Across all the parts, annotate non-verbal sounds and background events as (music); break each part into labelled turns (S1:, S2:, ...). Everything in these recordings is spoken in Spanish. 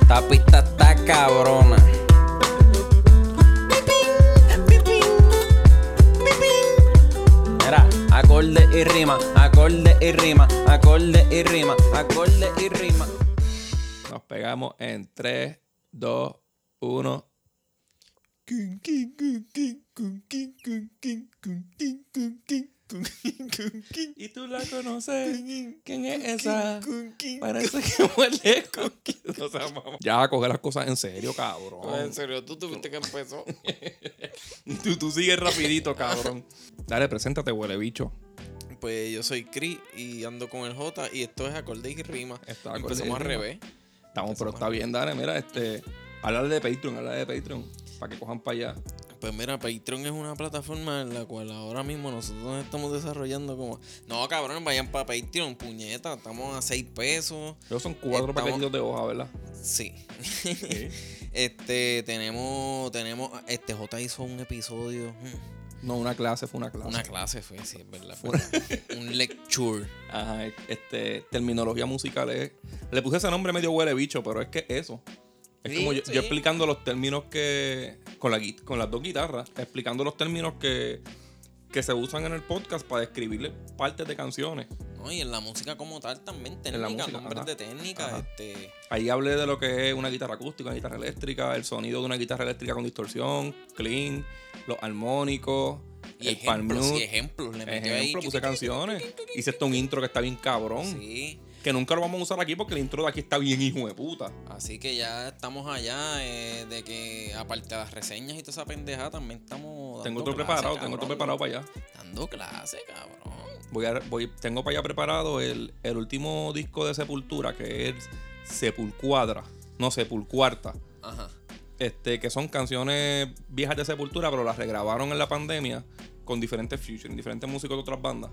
S1: Esta pista está cabrona. Mira, acorde y rima, acorde y rima, acorde y rima, acorde y rima.
S2: Nos pegamos en 3, 2, 1. Y tú la conoces. ¿Quién es esa? Parece que huele con (laughs)
S3: O sea, mamá.
S2: Ya, coge las cosas en serio, cabrón.
S3: En serio, tú tuviste que empezó.
S2: Pues, Tú, tú sigues rapidito, cabrón. Dale, preséntate, huele bicho.
S3: (laughs) Pues yo soy Cri y ando con el J y esto es acorde y rima.
S2: Esto es acorde
S3: Empezamos
S2: y
S3: al
S2: rima.
S3: revés.
S2: Estamos, pero está bien, dale, mira, este. Háblale de Patreon, háblale de Patreon. Para que cojan para allá.
S3: Pues mira, Patreon es una plataforma en la cual ahora mismo nosotros nos estamos desarrollando como... No, cabrón, vayan para Patreon, puñeta. Estamos a 6 pesos.
S2: Pero son cuatro
S3: Estamos-
S2: paquetitos de hoja, (laughs) ¿verdad?
S3: Sí. (laughs) Este, tenemos, tenemos, este J hizo un episodio, mm,
S2: No, una clase fue una clase.
S3: una clase fue, sí, es verdad, es verdad. un lecture.
S2: Ajá, este, terminología musical es. Le puse ese nombre medio huele bicho, pero es que eso. Es
S3: Sí,
S2: como yo,
S3: sí.
S2: yo explicando los términos que. Con, la, gui- con las dos guitarras, explicando los términos que, que se usan en el podcast para describirle partes de canciones.
S3: No, y en la música como tal también,
S2: En la
S3: técnica,
S2: música,
S3: nombres
S2: ajá.
S3: de técnicas,
S2: Ajá.
S3: este,
S2: Ahí hablé de lo que es una guitarra acústica, una guitarra eléctrica, el sonido de una guitarra eléctrica con distorsión, clean, los armónicos,
S3: y
S2: el
S3: ejemplos,
S2: palmute.
S3: y ejemplos, le metió
S2: Ejemplo,
S3: ahí.
S2: puse canciones.
S3: (laughs)
S2: Hice esto un intro que está bien cabrón.
S3: Sí,
S2: Que nunca lo vamos a usar aquí porque el intro de aquí está bien hijo de puta.
S3: así que ya estamos allá eh, de que, aparte de las reseñas y toda esa pendejada, también estamos
S2: Tengo
S3: dando
S2: otro
S3: clase,
S2: preparado, tengo
S3: cabrón.
S2: otro preparado para allá.
S3: Dando clase, cabrón.
S2: Voy a, voy, tengo para allá preparado el, el último disco de Sepultura, que es Sepulcuadra. No, Sepulcuarta.
S3: Ajá.
S2: Este, que son canciones viejas de Sepultura, pero las regrabaron en la pandemia con diferentes features, diferentes músicos de otras bandas.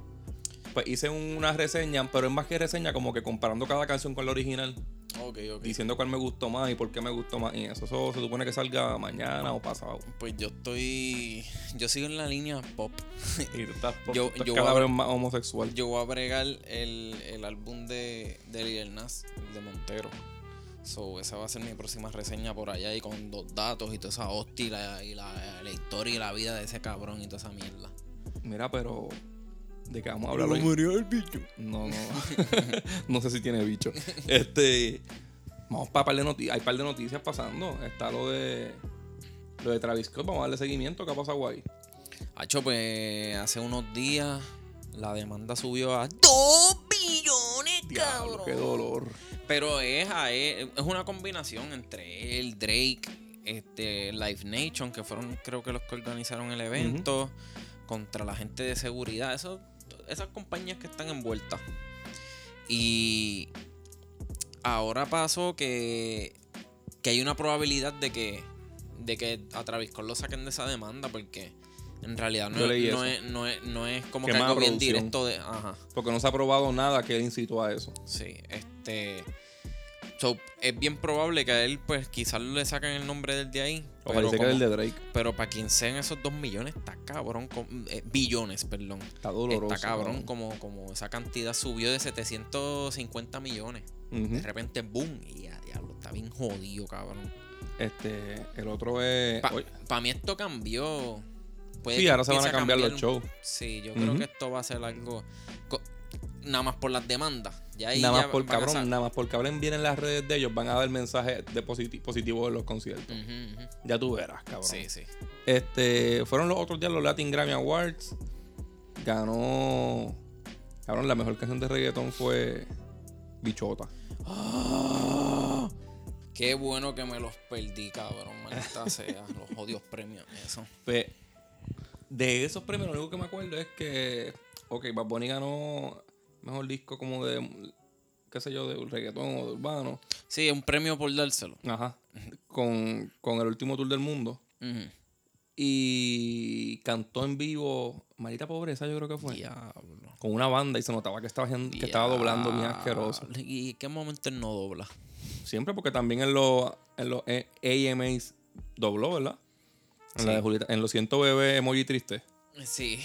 S2: Pues hice una reseña, pero es más que reseña, como que comparando cada canción con la original,
S3: Ok, ok.
S2: diciendo cuál me gustó más y por qué me gustó más. Y eso, eso se supone que salga mañana o pasado.
S3: Pues yo estoy, yo sigo en la línea pop.
S2: Y tú estás-
S3: Yo-
S2: tú estás
S3: yo
S2: cada
S3: voy a-
S2: vez más homosexual.
S3: Yo voy a bregar el, el álbum de, de Lil Nas, el de Montero. So, esa va a ser mi próxima reseña por allá y con los datos y toda esa hostia y la, y la- la historia y la vida de ese cabrón y toda esa mierda.
S2: Mira, pero. ¿De qué vamos a hablar hoy? No, (laughs) no. no sé si tiene bicho. Este. Vamos para par de noticias. Hay par de noticias pasando. Está lo de. Lo de Travis Scott. Vamos a darle seguimiento. ¿Qué ha pasado ahí?
S3: Hacho, pues hace unos días la demanda subió a 2 billones,
S2: Diablo,
S3: cabrón.
S2: qué dolor.
S3: Pero es, a él- es una combinación entre él, Drake, este, Live Nation, que fueron creo que los que organizaron el evento, contra la gente de seguridad, eso, esas compañías que están envueltas. Y ahora pasó que, que hay una probabilidad de que, de que a Travis Scott lo saquen de esa demanda, porque en realidad no,
S2: Yo leí
S3: es, no,
S2: eso.
S3: es, no, es, no es como
S2: Que
S3: que
S2: mala
S3: algo bien
S2: producción.
S3: directo de... Ajá.
S2: Porque no se ha probado nada que incitó a eso.
S3: Sí, este. so, es bien probable que a él, pues quizás le saquen el nombre del de ahí.
S2: O
S3: pero,
S2: parece que
S3: como-
S2: es el de Drake.
S3: pero para quien sean esos dos millones, está cabrón. com- eh, billones, perdón.
S2: Está doloroso.
S3: está cabrón como, como esa cantidad subió de 750 millones.
S2: Ujú.
S3: De repente, boom. Y a diablo, está bien jodido, cabrón.
S2: Este. El otro es.
S3: Para
S2: Oye,
S3: mí esto cambió. Puede
S2: sí,
S3: que
S2: ahora se van a
S3: empiece
S2: cambiar, los
S3: un-
S2: shows.
S3: Sí, yo
S2: Ujú.
S3: creo que esto va a ser algo. co- Nada más por las demandas. Ya ahí
S2: nada
S3: ya
S2: más por
S3: van a
S2: cabrón,
S3: sa-
S2: nada más porque hablen bien en las redes de ellos, van a dar mensajes de positi- positivos en los conciertos.
S3: Ujú, ujú.
S2: Ya tú verás, cabrón.
S3: Sí, sí.
S2: Este, fueron los otros días los Latin Grammy Awards. Ganó. Cabrón, la mejor canción de reggaetón fue Bichota.
S3: Qué bueno que me los perdí, cabrón.
S2: (laughs)
S3: Maldita sea, los odios premios, eso.
S2: Fe- de esos premios, lo único que me acuerdo es que. Ok, Bad Bunny ganó mejor disco como de. qué sé yo, de reggaetón o de urbano.
S3: Sí, es un premio por dárselo.
S2: Ajá. Con, con el último tour del mundo.
S3: Ujú.
S2: Y cantó en vivo Marita Pobreza, yo creo que fue.
S3: Diablo.
S2: Con una banda y se notaba que estaba, haciendo- Pues, que estaba doblando bien asqueroso.
S3: Diablo. ¿Y qué momento él no dobla?
S2: Siempre, porque también en los, en los eh, AMAs dobló, ¿verdad? En, la
S3: Sí.
S2: de Julieta, en los 100 bebé emoji triste.
S3: Sí.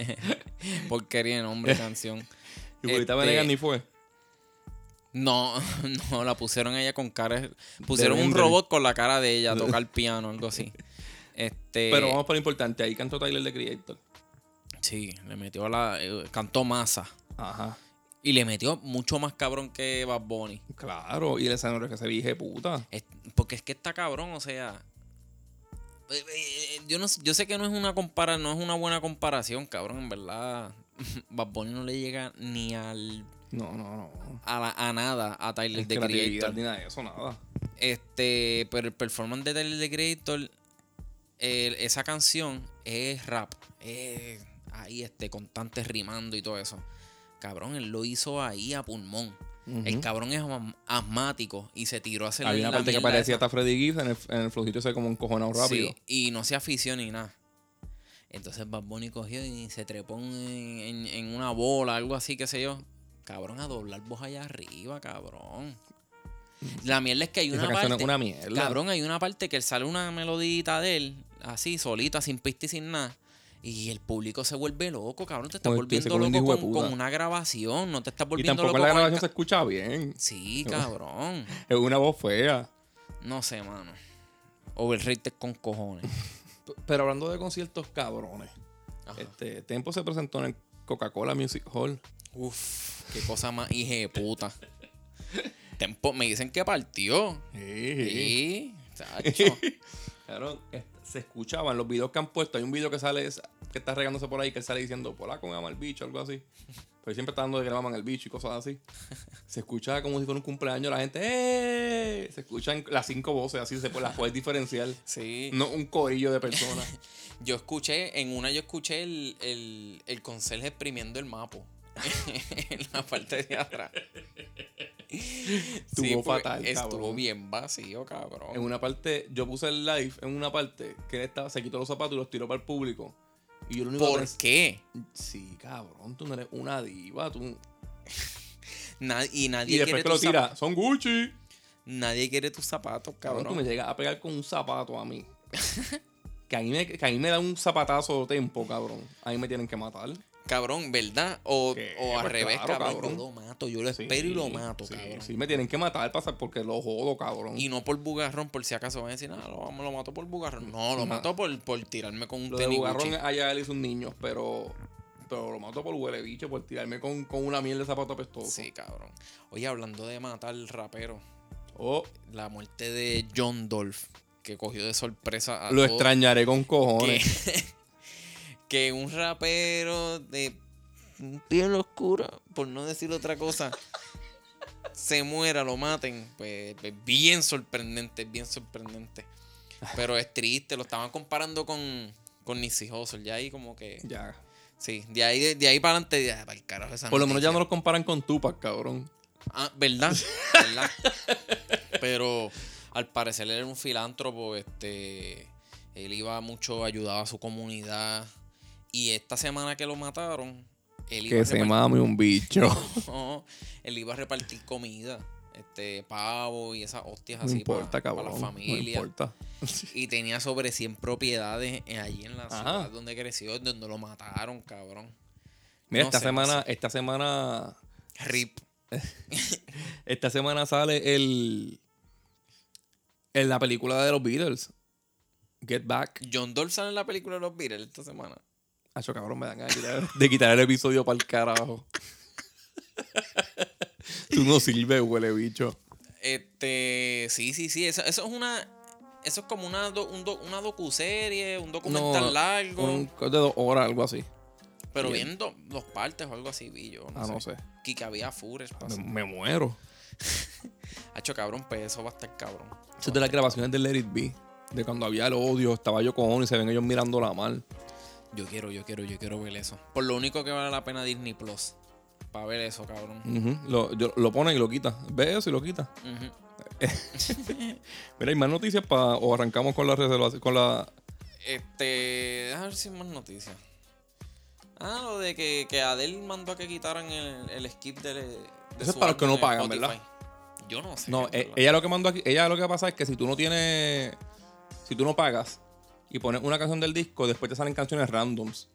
S3: (laughs) Porquería de nombre, canción.
S2: (laughs) Y Julieta
S3: Este,
S2: Venegas ni fue.
S3: No, (laughs) no, la pusieron ella con cara. Pusieron un
S2: Bender.
S3: robot con la cara de ella a tocar
S2: (laughs)
S3: piano, algo así. Este.
S2: Pero vamos por lo importante. Ahí cantó Tyler de Creator.
S3: Sí, le metió a la. eh, Cantó masa.
S2: Ajá.
S3: Y le metió mucho más cabrón que Bad Bunny.
S2: Claro. Y el escenario que se dije, puta.
S3: Es- porque es que está cabrón, o sea. eh, eh, eh, Yo, no, sé- yo sé que no es una compara, no es una buena comparación, cabrón, en verdad. (laughs) Bad Bunny no le llega ni al,
S2: No, no, no.
S3: a, la- a nada a Tyler
S2: Es
S3: de
S2: creatividad
S3: Creator.
S2: ni nada de eso, nada.
S3: Este, pero el performance de Tyler The Creator, el- esa canción es rap. Es ahí, este, constante rimando y todo eso. Cabrón, él lo hizo ahí a pulmón. El cabrón es am- asmático y se tiró a hacer
S2: Había
S3: la
S2: una parte que
S3: mierda
S2: parecía
S3: esa.
S2: hasta Freddy Gibbs en el, en el flojito ese como un cojonado rápido.
S3: Sí, y no se afició ni nada. Entonces Bad Bunny cogió y se trepó en, en- en una bola, algo así, qué sé yo. Cabrón, a doblar voz allá arriba, cabrón. La mierda es que hay
S2: Esa
S3: una
S2: canción
S3: parte.
S2: es una mierda.
S3: Cabrón, hay una parte que él sale una melodita de él, así, solita, sin pista y sin nada. Y el público se vuelve loco, cabrón. Te estás
S2: Joder, tío, se
S3: volviendo
S2: come un
S3: loco
S2: hijo de
S3: con,
S2: puta.
S3: con una grabación. No te estás
S2: Y
S3: volviendo
S2: tampoco
S3: loco
S2: en la
S3: con el
S2: grabación se
S3: ca-
S2: escucha bien.
S3: Sí, cabrón.
S2: Es una voz fea.
S3: No sé, mano. Overrated con cojones.
S2: Pero hablando de conciertos cabrones.
S3: Ajá.
S2: Este, Tempo se presentó en el Coca-Cola Music Hall.
S3: Uf, qué cosa más hija de puta. Tempo, me dicen que partió. Sí, chacho.
S2: (laughs) Claro, es- se escuchaban los videos que han puesto. Hay un video que sale, es- que está regándose por ahí, que él sale diciendo, polaco me ama el bicho, algo (laughs) así. Pero siempre está dando de que le maman el bicho y cosas así. Se escuchaba como si fuera un cumpleaños, la gente, ¡eh! Se escuchan las cinco voces, así se pu- las puedes diferenciar.
S3: Sí.
S2: No un corillo de (laughs) personas.
S3: Yo escuché, en una yo escuché el, el, el conserje exprimiendo el mapo. (laughs) en la parte de atrás. Sí,
S2: Estuvo
S3: porque
S2: fatal,
S3: Estuvo
S2: cabrón.
S3: bien vacío, cabrón.
S2: En una parte, yo puse el live en una parte que él estaba, se quitó los zapatos y los tiró para el público. Y yo lo único que
S3: ¿Por
S2: pensé-
S3: qué?
S2: Sí, cabrón, tú no eres una diva, tú.
S3: Na- y nadie
S2: Y después
S3: quiere
S2: que lo
S3: tus zap-
S2: tira, son Gucci.
S3: Nadie quiere tus zapatos,
S2: Cabrón, tú me
S3: cabrón.
S2: llegas a pegar con un zapato a
S3: (laughs)
S2: mí. que, a mí me, que a mí me da un zapatazo de tempo, cabrón. A mí me tienen que matar.
S3: Cabrón, ¿verdad? O,
S2: ¿Qué?
S3: o al
S2: Pues
S3: revés,
S2: claro,
S3: cabrón.
S2: cabrón.
S3: Yo lo mato, yo lo
S2: Sí,
S3: espero y lo mato,
S2: sí,
S3: cabrón.
S2: Sí, me tienen que matar pasar porque lo jodo, cabrón.
S3: Y no por bugarrón, por si acaso van a decir, ah, lo, vamos, lo mató por bugarrón. No, lo
S2: Ajá.
S3: mató por, por tirarme con un
S2: lo de
S3: tenis
S2: Bugarrón
S3: Gucci.
S2: allá él hizo un niño, pero, pero lo mato por huele bicho, por tirarme con, con una miel de zapato apestoso.
S3: Sí, cabrón. Oye, hablando de matar rapero,
S2: Oh,
S3: la muerte de John Dolph, que cogió de sorpresa a
S2: lo
S3: todos.
S2: extrañaré con
S3: Que,
S2: cojones.
S3: (laughs) que un rapero de piel oscura, por no decir otra cosa, se muera, lo maten. Pues, pues, bien sorprendente, bien sorprendente. Pero es triste, lo estaban comparando con, con Nipsey Hussle, Ya ahí como que.
S2: Ya.
S3: Sí, de ahí, de, ahí para adelante, ya, para el carajo esa
S2: Por lo menos ya
S3: noticia.
S2: no lo comparan con Tupac, cabrón.
S3: Ah, ¿verdad? ¿Verdad? Pero al parecer él era un filántropo, este, él iba mucho, ayudaba a su comunidad. Y esta semana que lo mataron, él iba, a,
S2: Que se
S3: repartir,
S2: mame un bicho.
S3: (laughs) No, él iba a repartir comida, este, pavo y esas hostias
S2: No
S3: así
S2: importa,
S3: para,
S2: cabrón.
S3: la
S2: No
S3: familia.
S2: importa.
S3: y tenía sobre 100 propiedades en- allí en la
S2: Ajá.
S3: ciudad donde creció, donde lo mataron, cabrón.
S2: Mira,
S3: No
S2: esta
S3: sé, no
S2: semana, esta semana
S3: Rip.
S2: Esta semana sale el. En la película de los Beatles. Get Back.
S3: John Dole sale en la película de los Beatles esta semana.
S2: Acho, cabrón, me dan ganas de quitar- de quitar el episodio para el
S3: (laughs)
S2: carajo. Tú no sirves, huele bicho.
S3: Este, sí, sí, sí. Eso, eso es una. Eso es como una, do- un do- una docuserie, un
S2: No,
S3: documental largo.
S2: Un de dos horas, algo así.
S3: pero
S2: bien.
S3: viendo dos partes o algo así, vi yo. No
S2: Ah,
S3: sé.
S2: no sé.
S3: Y que había fures.
S2: Me, me muero.
S3: Hacho cabrón, pues eso va a estar cabrón.
S2: Eso es de las grabaciones de Let It Be. De cuando había el odio, estaba yo con y se ven ellos mirándola mal.
S3: Yo quiero, yo quiero, yo quiero ver eso. Por lo único que vale la pena Disney Plus. Para ver eso, cabrón.
S2: Ujú. lo, yo- lo ponen y lo quitan. Ve eso y lo quita.
S3: Ujú.
S2: (laughs) Mira, hay más noticias para. O arrancamos con la reservación. Con la.
S3: Este. A ver si hay más noticias. Ah, lo de que, que Adele mandó a que quitaran el, el skip de. de
S2: Eso es
S3: su
S2: para los que
S3: álbum
S2: no
S3: en
S2: pagan,
S3: Spotify.
S2: ¿verdad?
S3: Yo no sé.
S2: No,
S3: en
S2: eh,
S3: verdad.
S2: ella lo que mandó aquí, ella lo que pasa es que si tú no tienes, si tú no pagas y pones una canción del disco, después te salen canciones randoms.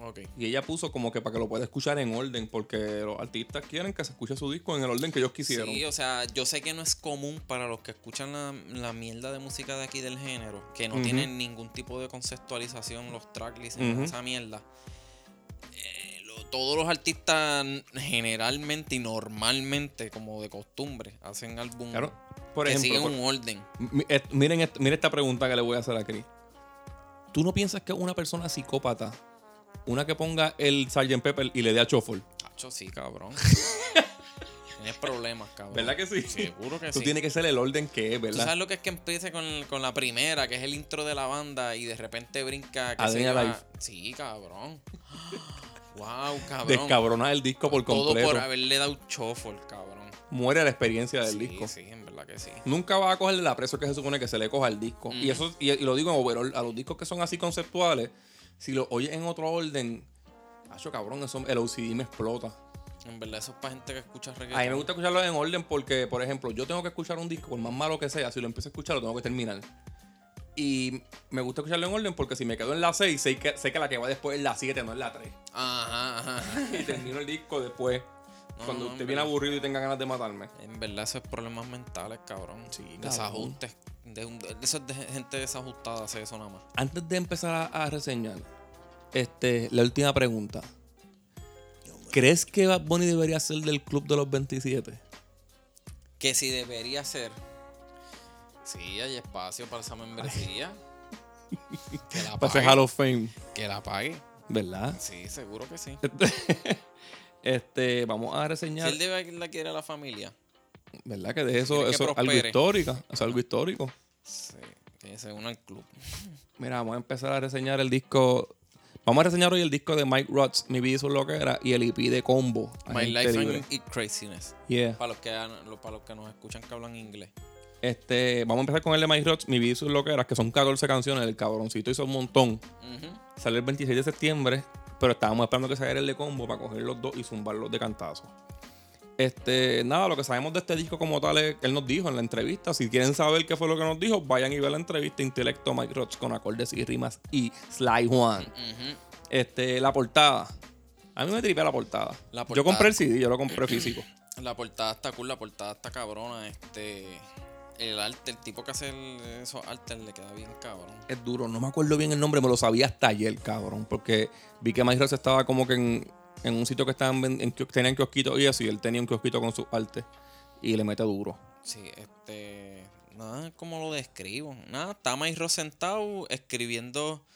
S3: Ok.
S2: Y ella puso como que para que lo pueda escuchar en orden, porque los artistas quieren que se escuche su disco en el orden que ellos quisieron.
S3: Sí, o sea, yo sé que no es común para los que escuchan la, la mierda de música de aquí del género, que no
S2: Ujú.
S3: tienen ningún tipo de conceptualización, los tracklists,
S2: Ujú.
S3: esa mierda. Eh, lo- todos los artistas generalmente y normalmente, como de costumbre, hacen álbum
S2: Claro. Por
S3: que
S2: ejemplo,
S3: siguen
S2: por-
S3: un orden.
S2: mi- et- miren, est- miren esta pregunta que le voy a hacer a Chris. ¿Tú no piensas que una persona psicópata, una que ponga el Sgt. Pepper y le dé a Shuffle?
S3: Cacho, sí,
S2: (laughs)
S3: cabrón. Tienes problemas, cabrón.
S2: ¿Verdad que sí?
S3: Seguro que
S2: Tú
S3: Eh, sí.
S2: tienes que ser el orden que es,
S3: ¿Tú
S2: ¿verdad?
S3: sabes lo que es que empiece con, con la primera, que es el intro de la banda, y de repente brinca. que
S2: Adriana Life.
S3: Sí, cabrón. (gasps) wow, cabrón.
S2: Descabronar el disco por
S3: Todo
S2: completo.
S3: por haberle dado chofor, cabrón.
S2: Muere la experiencia del
S3: sí,
S2: disco.
S3: sí, en verdad que sí.
S2: Nunca vas a cogerle el aprecio que se supone que se le coja al disco.
S3: Mm.
S2: Y eso y, y lo digo en overall, a los discos que son así conceptuales, si lo oyes en otro orden, hacho cabrón, eso, el OCD me explota.
S3: En verdad, eso es para gente que escucha reggaetón.
S2: A mí me gusta escucharlo en orden porque, por ejemplo, yo tengo que escuchar un disco, por más malo que sea, si lo empiezo a escuchar, lo tengo que terminar. Y me gusta escucharlo en orden porque si me quedo en la 6, sé que, sé que la que va después es la 7, no es la 3.
S3: Ajá, ajá. (laughs)
S2: Y termino el disco después,
S3: No,
S2: cuando
S3: no,
S2: usted
S3: en
S2: viene
S3: verdad.
S2: aburrido y tenga ganas de matarme.
S3: En verdad, eso es problemas mentales, cabrón.
S2: Sí, cabrón.
S3: Desajustes. De un- de- eso es de gente desajustada, hace eso nada más.
S2: Antes de empezar a, a reseñar, este, la última pregunta. ¿Crees que Bad Bunny debería ser del club de los 27?
S3: Que si debería ser. Sí, hay espacio para esa membresía. que la
S2: Para ese
S3: pague.
S2: Hall of Fame,
S3: Que la pague.
S2: ¿verdad? (laughs)
S3: Sí, seguro que sí.
S2: Este, vamos a
S3: Si
S2: reseñar.
S3: él debe la quiere a la familia.
S2: ¿Verdad? Que de eso,
S3: Quiere que
S2: eso es algo
S3: prospere.
S2: histórico. Eso es algo histórico.
S3: Sí. Que se una al club.
S2: Mira, vamos a empezar a reseñar el disco. Vamos a reseñar hoy el disco de Mike Rods, Mi vida es un loquera, y el EP de Combo.
S3: My
S2: Agente
S3: Life
S2: Libre.
S3: and It Craziness.
S2: Yeah.
S3: Para los que han- lo- para los que nos escuchan que hablan inglés.
S2: Este, vamos a empezar con el de Mike Rods, Mi vida es un loquera, que son 14 canciones. El cabroncito hizo un montón.
S3: Ujú.
S2: Sale el 26 de septiembre, pero estábamos esperando que saliera el de combo para coger los dos y zumbarlos de cantazo. Este, nada, lo que sabemos de este disco como tal es, él nos dijo en la entrevista, si quieren saber qué fue lo que nos dijo, vayan y vean la entrevista Intelecto Mike Rods con acordes y rimas y Sly Juan.
S3: Ujú.
S2: Este, la portada. A mí me tripea la portada.
S3: La
S2: Yo
S3: portada.
S2: compré el CD, yo lo compré físico.
S3: La portada está cool, la portada está cabrona. Este. El arte, el tipo que hace el- esos artes le queda bien cabrón.
S2: Es duro, no me acuerdo bien el nombre, me lo sabía hasta ayer, cabrón. Porque vi que Mike Ross estaba como que en, en un sitio que estaban ven- en, kios- tenían kiosquitos y eso, y él tenía un kiosquito con su arte. Y le mete duro.
S3: Sí, este. Nada, como lo describo. Nada, está Mike Ross sentado escribiendo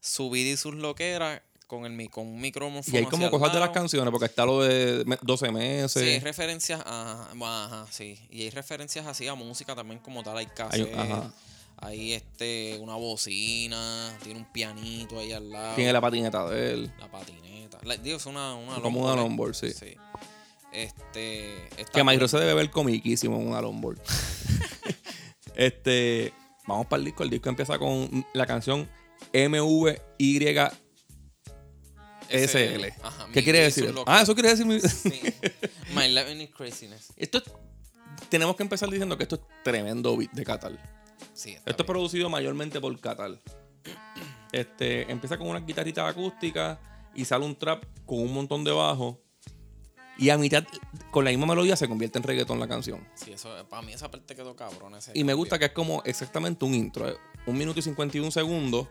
S3: su vida y sus loqueras con, el, mi- con un micrófono.
S2: Y hay como
S3: hacia
S2: cosas
S3: el
S2: de las
S3: lado.
S2: canciones, porque está lo de me- 12 meses.
S3: Sí, hay referencias. Ajá, ajá, sí. Y hay referencias así a música también, como tal. Hay
S2: Hay
S3: cassette,
S2: un- ajá.
S3: hay este, una bocina, tiene un pianito ahí al lado.
S2: Tiene la patineta de él.
S3: La patineta. La- digo, es una, una
S2: Como una
S3: longboard, ¿eh?
S2: longboard, sí.
S3: Este. está
S2: Que Mike
S3: cool.
S2: Ross se debe ver comiquísimo en un
S3: (laughs)
S2: longboard. este. Vamos para el disco. El disco empieza con la canción MVYSL.
S3: Ajá,
S2: ¿Qué
S3: mi
S2: quiere
S3: vida y
S2: decir?
S3: sus
S2: eso?
S3: locuras.
S2: Ah, eso quiere decir. mi-
S3: (laughs) Sí. My Love and It's Craziness.
S2: Esto es- tenemos que empezar diciendo que esto es tremendo beat de Catal.
S3: Sí,
S2: Esto
S3: está
S2: es
S3: bien.
S2: producido mayormente por Catal. Este, empieza con una guitarrita acústica y sale un trap con un montón de bajo. Y a mitad, con la misma melodía, se convierte en reggaetón la canción.
S3: Sí, eso, para mí esa parte quedó cabrón. Ese
S2: Y me gusta que es como exactamente un intro. eh. Un minuto y 51 segundos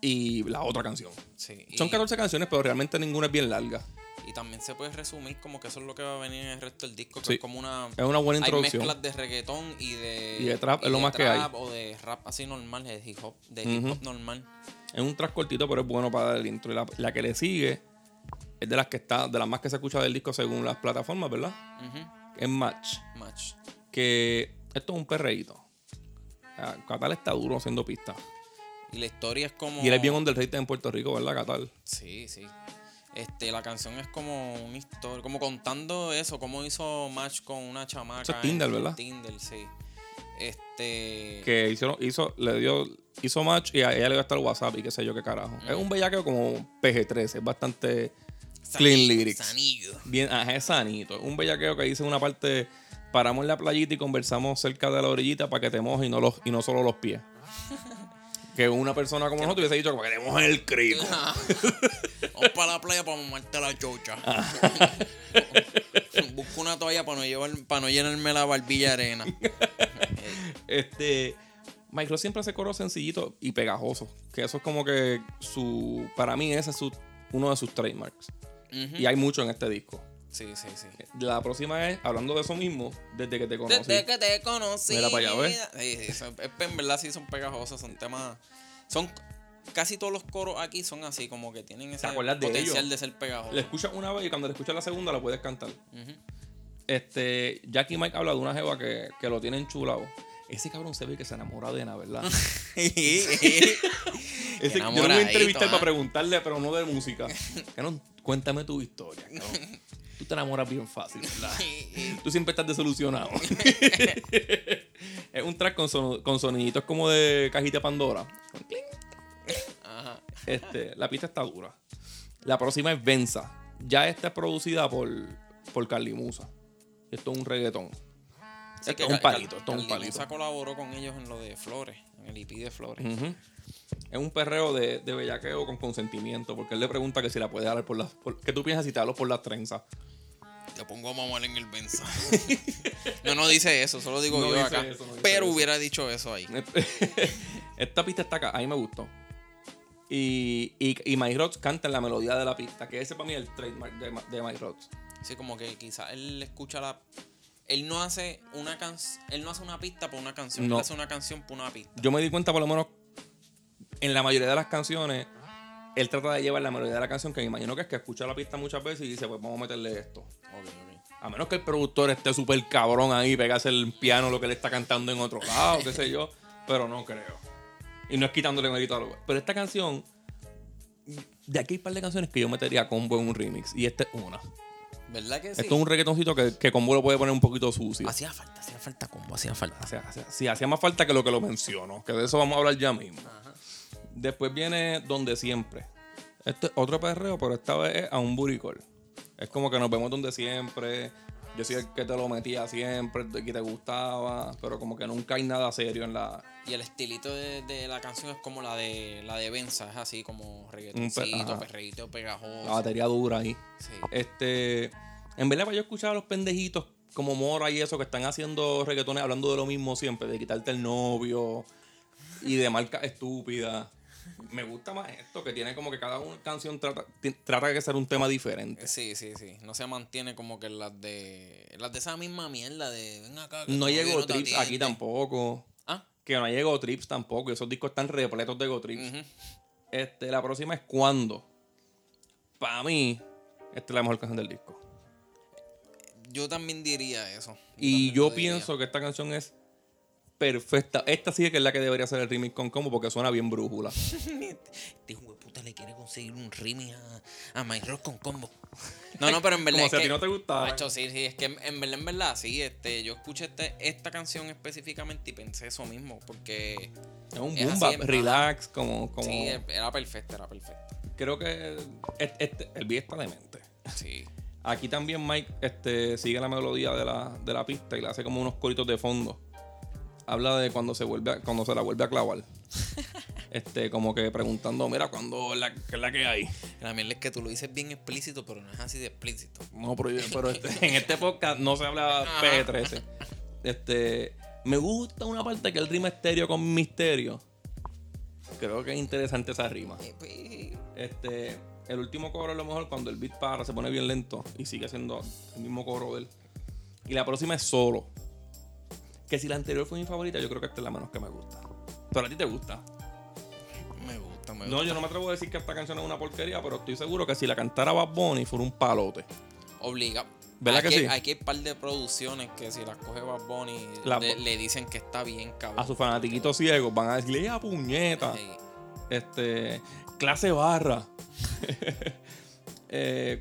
S2: y la otra canción.
S3: Sí, y,
S2: Son 14 canciones, pero realmente ninguna es bien larga.
S3: y también se puede resumir como que eso es lo que va a venir en el resto del disco, que
S2: Sí.
S3: es como una...
S2: Es una buena
S3: Hay
S2: introducción.
S3: mezclas de reggaetón y de...
S2: Y de trap, es lo más que hay.
S3: trap O de rap así normal, de hip hop, de hip hop normal.
S2: Es un track cortito, pero es bueno para dar el intro. Y la, la que le sigue es de las que está, de las más que se escucha del disco según las plataformas, ¿verdad?
S3: Ujú,
S2: Es Match.
S3: Match.
S2: Que esto es un perreíto. Ah, Catal está duro haciendo pistas.
S3: Y la historia es como...
S2: Y él es bien underrated en Puerto Rico, ¿verdad, Catal?
S3: Sí, sí. Este, la canción es como una historia, como contando eso, cómo hizo Match con una chamaca.
S2: Eso es Tinder,
S3: en- en
S2: ¿verdad?
S3: Tinder, sí. Este...
S2: Que hicieron, hizo, le dio, hizo Match y a ella le dio hasta el WhatsApp y qué sé yo qué carajo. Es un bellaqueo como PG-13, es bastante clean lyrics.
S3: Sanillo.
S2: Bien, ajá, es sanito. Es un bellaqueo que dice una parte, paramos en la playita y conversamos cerca de la orillita para que te mojes y no, los, y no solo los pies. Que una persona como nosotros hubiese dicho como queremos el crico.
S3: Vamos para la playa para mamarte la chocha.
S2: Ah.
S3: (laughs) Busco una toalla para no, llevar, para no llenarme la barbilla de arena.
S2: Este. Michael siempre hace coros sencillitos y pegajosos. Que eso es como que su. Para mí, ese es su- uno de sus trademarks.
S3: Ujú.
S2: (laughs) Y hay mucho en este disco.
S3: Sí, sí, sí.
S2: La próxima es, hablando de eso mismo, desde que te conocí.
S3: Desde que te conocí.
S2: Mira para allá, ¿ves?
S3: Sí, sí, son- es que en verdad sí son pegajosos, son temas. Son casi todos los coros aquí son así, como que tienen ese
S2: acuerdas de
S3: potencial
S2: ellos?
S3: de ser pegajosos.
S2: La
S3: (laughs)
S2: escuchas una vez y cuando la escuchas la segunda la puedes cantar.
S3: Ujú.
S2: Este, Jackie Mike habla de una jeva que, que lo tiene enchulado. Ese cabrón se ve que se enamora de Ana,
S3: (laughs)
S2: ¿verdad? (laughs) Ese, yo lo voy a
S3: Enamoradito,
S2: entrevistar
S3: ¿ah?
S2: para preguntarle, pero no de
S3: (laughs)
S2: música. Cabrón, cuéntame tu historia, cabrón. Tú te enamoras bien fácil, ¿verdad? Tú siempre estás
S3: (laughs)
S2: desolucionado. (laughs) es un track con, son- con soniditos como de cajita Pandora.
S3: Ajá.
S2: Este, la pista está dura. La próxima es Venza. Ya esta es producida por, por Carly Musa. Esto es un reggaetón.
S3: Sí,
S2: Esto
S3: que
S2: es un
S3: Car- Car-
S2: palito, esto es un
S3: Carly
S2: palito.
S3: Musa colaboró con ellos en lo de Flores, en el IP de Flores.
S2: Ujú. Es un perreo de, de bellaqueo con consentimiento, porque él le pregunta que si la puede dar por las... por- ¿Qué tú piensas si te hablo por las trenzas? (laughs)
S3: Te pongo a mamar en el Benza. (laughs) no, no dice eso, solo digo
S2: No
S3: yo
S2: dice
S3: acá.
S2: eso, no dice
S3: pero
S2: eso.
S3: hubiera dicho eso ahí.
S2: Esta pista está acá, a mí me gustó. Y, y, y My Rods canta en la melodía de la pista, que ese para mí es el trademark de, Ma- de My Rods.
S3: Sí, como que quizás él escucha la. Él no hace una canción. Él no hace una pista por una canción.
S2: No.
S3: Él hace una canción por una pista.
S2: Yo me di cuenta, por lo menos, en la mayoría de las canciones, él trata de llevar la melodía de la canción, que me imagino que es que escucha la pista muchas veces y dice, pues vamos a meterle esto. A menos que el productor esté súper cabrón ahí, pegase el piano lo que le está cantando en otro lado, qué sé yo. Pero no creo. Y no es quitándole mérito a lo Pero esta canción, de aquí hay un par de canciones que yo metería a combo en un remix. Y esta es una.
S3: ¿Verdad que sí?
S2: Esto es un reggaetoncito que, que combo lo puede poner un poquito sucio.
S3: Hacía falta, hacía falta combo, hacía falta.
S2: O sea, o sea, sí, hacía más falta que lo que lo menciono. Que de eso vamos a hablar ya mismo. Después viene Donde Siempre. Este es otro perreo, pero esta vez es a un buricol. Es como que nos vemos donde siempre. Yo soy el que te lo metía siempre, el que te gustaba, pero como que nunca hay nada serio en la.
S3: Y el estilito de, de la canción es como la de la de Benza, es así como
S2: Un pe-
S3: reggaetoncito,
S2: ajá. Ah,
S3: perreíto,
S2: la
S3: pegajoso.
S2: batería dura ahí.
S3: Sí.
S2: Este. En verdad, para yo escuchar a los pendejitos como Mora y eso que están haciendo reggaetones hablando de lo mismo siempre, de quitarte el novio y de marcas estúpidas. Me gusta más esto, que tiene como que cada una canción trata, ti- trata de ser un tema diferente.
S3: Sí, sí, sí. No se mantiene como que las de. Las de esa misma mierda de. Ven acá. que
S2: No este.
S3: todavía
S2: llegó
S3: te
S2: Trips
S3: atienden".
S2: aquí tampoco.
S3: Ah,
S2: Que no llegó Trips tampoco. Esos discos están repletos de Go Trips.
S3: ujú.
S2: Este, la próxima es cuando. Para mí, esta es la mejor canción del disco.
S3: yo también diría eso.
S2: Y
S3: también
S2: yo
S3: lo diría.
S2: pienso que esta canción es perfecta. Esta sí que es la que debería ser el remix con combo porque suena bien brújula.
S3: Este hijo de puta le quiere conseguir un remix a, a My Rock con combo. (laughs) No, no, pero en verdad.
S2: Como
S3: es
S2: si a
S3: que-
S2: ti no te gustara.
S3: Macho, sí, sí, es que en, en verdad, en verdad, sí. Este, yo escuché este- esta canción específicamente y pensé eso mismo, porque
S2: Es un
S3: Es
S2: boom
S3: así,
S2: bap,
S3: es más-
S2: relax, como... como
S3: sí, e, era perfecta, era perfecta.
S2: Creo que es- este- el beat está demente.
S3: Sí. (laughs)
S2: Aquí también Mike este, sigue la melodía de la, de la pista y le hace como unos coritos de fondo. Habla de cuando se vuelve a- cuando se la vuelve a
S3: (laughs)
S2: clavar. Este, como que preguntando, mira, ¿cuándo es la, qué es la que hay?
S3: La mierda es que tú lo dices bien explícito, pero no es así de explícito.
S2: No, pero, pero este- en este podcast no se habla P13. Este, me gusta una parte que él rima estéreo con misterio. Creo que es interesante esa rima.
S3: Eh, pues,
S2: Este, el último coro a lo mejor cuando el beat para se pone bien lento y sigue siendo el mismo coro de él. Y la próxima es solo. Que si la anterior fue mi favorita, yo creo que esta es la menos que me gusta. Pero a ti te gusta.
S3: Me gusta, me gusta.
S2: No, yo no me atrevo a decir que esta canción es una porquería, pero estoy seguro que si la cantara Bad Bunny fuera un palote.
S3: Obliga.
S2: ¿Verdad
S3: Aquí
S2: que
S3: hay-
S2: sí?
S3: Aquí hay un par de producciones que si las coge Bad Bunny,
S2: La-
S3: le, le dicen que está bien,
S2: a
S3: cabrón.
S2: sus fanatiquitos ciegos van a decirle a puñeta
S3: Sí.
S2: este clase barra (laughs) Eh,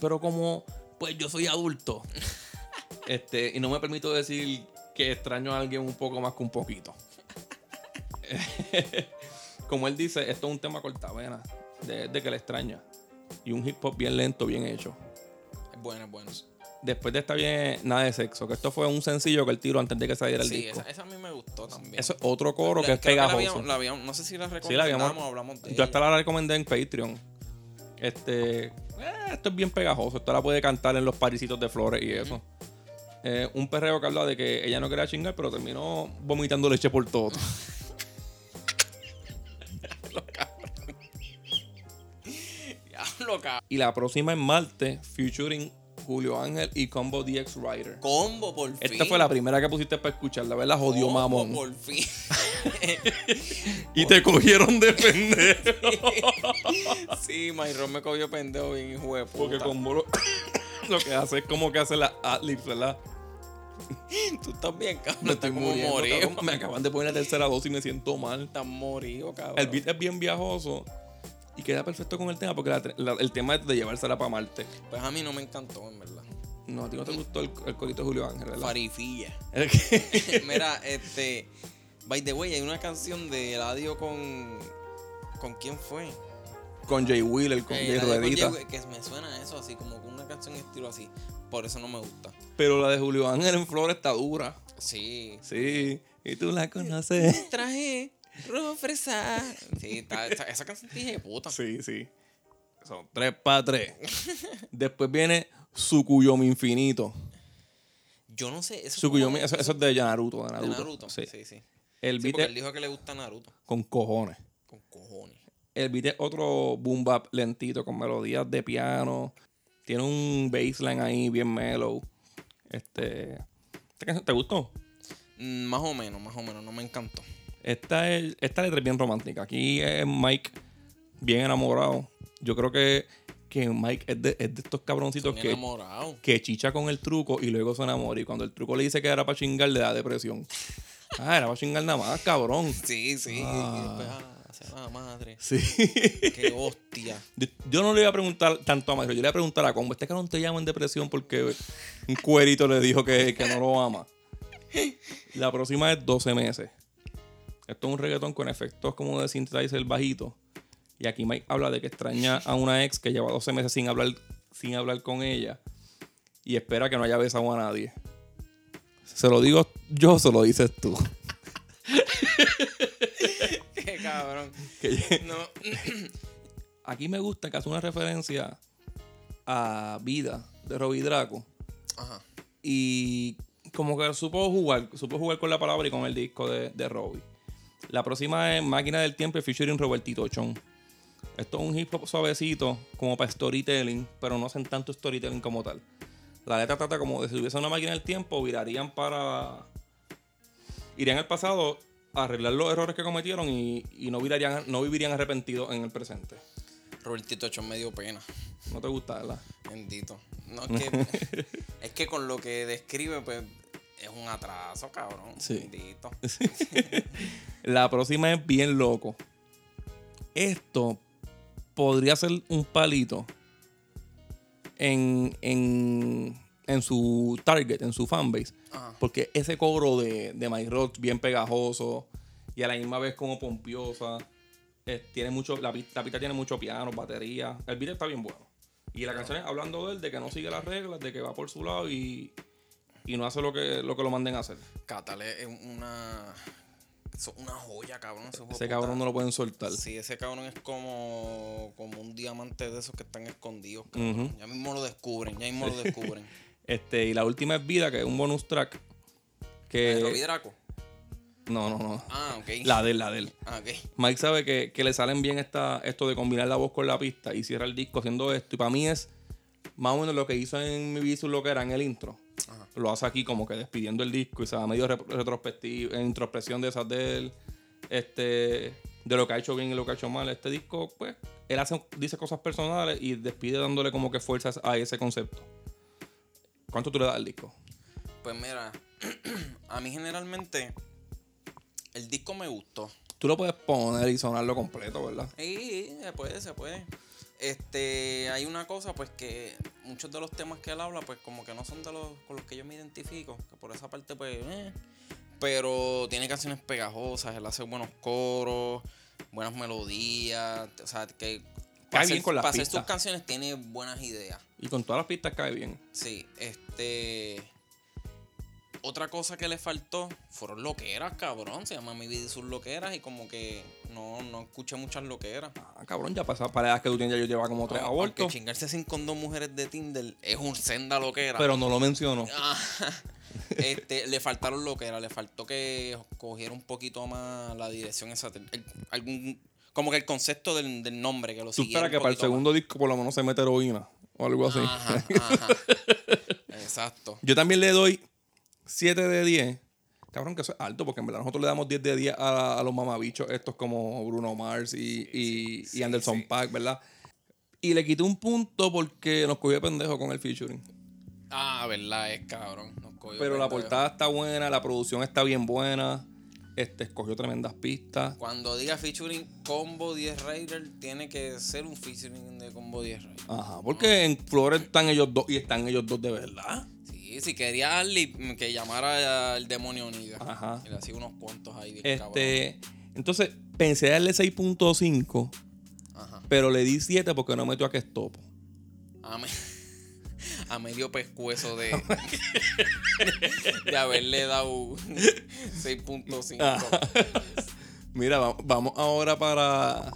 S2: pero como pues yo soy
S3: (laughs)
S2: adulto este y no me permito decir que extraño a alguien un poco más que un poquito (laughs) como él dice esto es un tema cortavena de, de que le extraña y un hip hop bien lento bien hecho
S3: Es bueno, es bueno.
S2: Después de esta viene Nada de Sexo, que esto fue un sencillo que él tiró antes de que saliera el
S3: Sí,
S2: disco.
S3: esa, esa a mí me gustó también.
S2: Eso es otro coro
S3: La-
S2: que es
S3: creo la
S2: pegajoso.
S3: habíamos- la habíamos- no sé si la
S2: Sí, la
S3: recomendamos
S2: habíamos.
S3: o hablamos de
S2: yo hasta
S3: ella.
S2: la recomendé en Patreon. Este. eh, esto es bien pegajoso. Esto la puede cantar en los parisitos de flores y eso. Eh, un perreo que habla de que ella no quería chingar, pero terminó vomitando leche por
S3: (laughs)
S2: todo.
S3: Diablo, cabrón.
S2: y la próxima en Marte, featuring Julio Ángel y Combo DX Rider.
S3: Combo, por fin.
S2: Esta Este fue la primera que pusiste para escucharla, ¿verdad? Jodió
S3: Combo,
S2: mamón. (laughs)
S3: por fin.
S2: Y te cogieron
S3: (laughs)
S2: de pendejo.
S3: sí, Mayron me cogió pendejo bien, hijo de puta.
S2: Porque Combo lo, (coughs) lo que hace es como que hace las adlibs, ¿verdad?
S3: Tú estás bien, cabrón.
S2: Me estoy
S3: estás como
S2: muriendo,
S3: morido.
S2: cabrón. Me acaban de poner la tercera dosis y me siento mal.
S3: Estás morido, cabrón.
S2: El beat es bien viajoso y queda perfecto con el tema porque la- la- el tema es de llevársela para Marte.
S3: Pues a mí no me encantó, en verdad.
S2: No, a ti no te gustó el, el corito de Julio Ángel, ¿verdad? (laughs)
S3: Farifilla.
S2: Es que-
S3: (laughs) Mira, este. By the way, hay una canción de Eladio con. ¿Con quién fue?
S2: con Jay Wheeler, con
S3: Eh,
S2: Jay
S3: Eladio con
S2: Ruedita.
S3: Jay- que me suena a eso así, como una canción estilo así. Por eso no me gusta.
S2: Pero la de Julio Ángel en flores está dura.
S3: Sí.
S2: Sí, y tú la
S3: (laughs)
S2: conoces.
S3: Traje rojo fresa. Sí, está- está- esa canción dije puta.
S2: Sí, sí. Son tres para tres. Después viene Tsukuyomi Infinito.
S3: Yo no sé. Eso, es
S2: Tsukuyomi,
S3: como-
S2: eso, eso es de Naruto. De
S3: de
S2: Naruto.
S3: Naruto.
S2: Sí.
S3: Sí, sí. sí.
S2: El beat
S3: porque
S2: es
S3: él dijo que le gusta Naruto.
S2: con cojones.
S3: Con cojones.
S2: El beat es otro boom bap lentito con melodías de piano. Tiene un bassline ahí bien mellow. Este, ¿esta canción te gustó?
S3: Mm, Más o menos, más o menos. No me encantó.
S2: Esta, es- esta letra es bien romántica. Aquí es Mike bien enamorado. Yo creo que, que Mike es de, es de estos cabroncitos
S3: Estoy
S2: que,
S3: enamorado.
S2: que chicha con el truco y luego se enamora. Y cuando el truco le dice que era para chingar, le da depresión. Ah, era para chingar nada más, cabrón.
S3: Sí, sí.
S2: Ah.
S3: Y después, ah, se va la madre.
S2: Sí.
S3: Qué
S2: (laughs)
S3: hostia.
S2: Yo- Yo no le iba a preguntar tanto a Mario, yo le iba a preguntar a Combo. Este cabrón te llama en depresión porque un cuerito le dijo que, que no lo ama. La próxima es 12 meses. Esto es un reggaetón con efectos como de synthesizer bajito. Y aquí Mike habla de que extraña a una ex que lleva 12 meses sin hablar, sin hablar con ella y espera que no haya besado a nadie. Se lo digo yo, se lo dices tú.
S3: Qué cabrón.
S2: Que-
S3: No.
S2: aquí me gusta que hace una referencia a Vida de Robbie Draco.
S3: Ajá.
S2: y como que supo jugar, supo jugar con la palabra y con el disco de, de Robbie. La próxima es Máquina del Tiempo y featuring Robertito Chon. Esto es un hip hop suavecito, como para storytelling, pero no hacen tanto storytelling como tal. La letra trata como de si hubiese una máquina del tiempo, virarían para. irían al pasado, a arreglar los errores que cometieron y, y no, virarían, no vivirían arrepentidos en el presente.
S3: Robertito Chon me dio pena.
S2: No te gusta, ¿verdad?
S3: Bendito. No, es
S2: (laughs)
S3: que, es que con lo que describe, pues, es un atraso, cabrón.
S2: Sí.
S3: Bendito.
S2: La próxima es bien loco. Esto podría ser un palito en, en, en su target, en su fanbase.
S3: Ajá.
S2: Porque ese cobro de, de My Rock bien pegajoso y a la misma vez como pompiosa. eh, tiene mucho, la, pi- la pista tiene mucho piano, batería. El beat está bien bueno. Y la canción es hablando de él, de que no sigue las reglas, de que va por su lado y, y no hace lo que, lo que lo manden a hacer.
S3: Catale es una. eso es una joya, cabrón. ese hijo de
S2: Ese
S3: puta.
S2: cabrón no lo pueden soltar.
S3: Sí, ese cabrón es como, como un diamante de esos que están escondidos. cabrón.
S2: Ujú.
S3: Ya mismo lo descubren, ya mismo lo
S2: (laughs)
S3: descubren.
S2: Este, y la última es Vida, que es un bonus track.
S3: Eh, Robbie
S2: Que.
S3: Draco.
S2: No, no, no.
S3: Ah, ok.
S2: La de él, la de él.
S3: Ah, ok.
S2: Mike sabe que, que le salen bien esta, esto de combinar la voz con la pista y cierra el disco haciendo esto. Y para mí es más o menos lo que hizo en mi visu lo que era en el intro.
S3: Ajá.
S2: Lo hace aquí como que despidiendo el disco y se da medio re- retrospectiva, introspección de esas de él. Este, de lo que ha hecho bien y lo que ha hecho mal. Este disco, pues, él hace, dice cosas personales y despide dándole como que fuerzas a ese concepto. ¿Cuánto tú le das al disco?
S3: Pues mira, (clears throat) a mí generalmente el disco me gustó.
S2: Tú lo puedes poner y sonarlo completo, ¿verdad?
S3: Sí, se puede, se puede. Este, hay una cosa, pues que muchos de los temas que él habla, pues como que no son de los con los que yo me identifico, que por esa parte, pues, eh. pero tiene canciones pegajosas, él hace buenos coros, buenas melodías, o sea,
S2: cae
S3: que para
S2: bien
S3: hacer-
S2: con las
S3: para hacer
S2: pistas.
S3: sus canciones tiene buenas ideas.
S2: Y con todas las pistas cae bien.
S3: Sí, este. Otra cosa que le faltó fueron loqueras, cabrón. Se llama Mi Vida y sus loqueras. Y como que no, no escuché muchas loqueras.
S2: Ah, cabrón, ya pasa para la edad que tú tienes, ya yo llevaba como tres
S3: Aunque
S2: abortos.
S3: chingarse sin condón mujeres de Tinder es un senda loquera.
S2: Pero no lo menciono.
S3: Ah, Ajá. (laughs) este, le faltaron lo que era, le faltó que cogiera un poquito más la dirección esa. el- algún, como que el concepto del, del nombre que lo
S2: Tú
S3: siguiera
S2: esperas
S3: un
S2: que para el
S3: poquito
S2: segundo disco por lo menos se mete heroína o algo así.
S3: más. Ajá, ajá. Exacto.
S2: (laughs) Yo también le doy 7 de 10. Cabrón, que eso es alto, porque en verdad nosotros le damos 10 de 10 a, a los mamabichos, estos como Bruno Mars y, y- y Anderson
S3: sí.
S2: Paak, ¿verdad? Y le quité un punto porque nos cogió de pendejo con el featuring.
S3: Ah, verdad, es cabrón. Nos cogió
S2: Pero la
S3: pendejo.
S2: portada está buena, la producción está bien buena. Este escogió tremendas pistas.
S3: Cuando diga featuring Combo 10 Raider, tiene que ser un featuring de Combo 10 Raider.
S2: Ajá,
S3: Ah.
S2: porque en Flores están ellos dos y están ellos dos de verdad.
S3: Sí, si quería a Ali, mm, que llamara al demonio Onida.
S2: Ajá.
S3: Y le hacía unos cuantos ahí bien cabrón.
S2: Este, entonces pensé darle 6.5,
S3: Ajá.
S2: pero le di 7 porque no metió a que estopo.
S3: a, me- (laughs) a medio pescuezo de, (laughs) de haberle dado 6.5.
S2: Mira, va- vamos ahora para,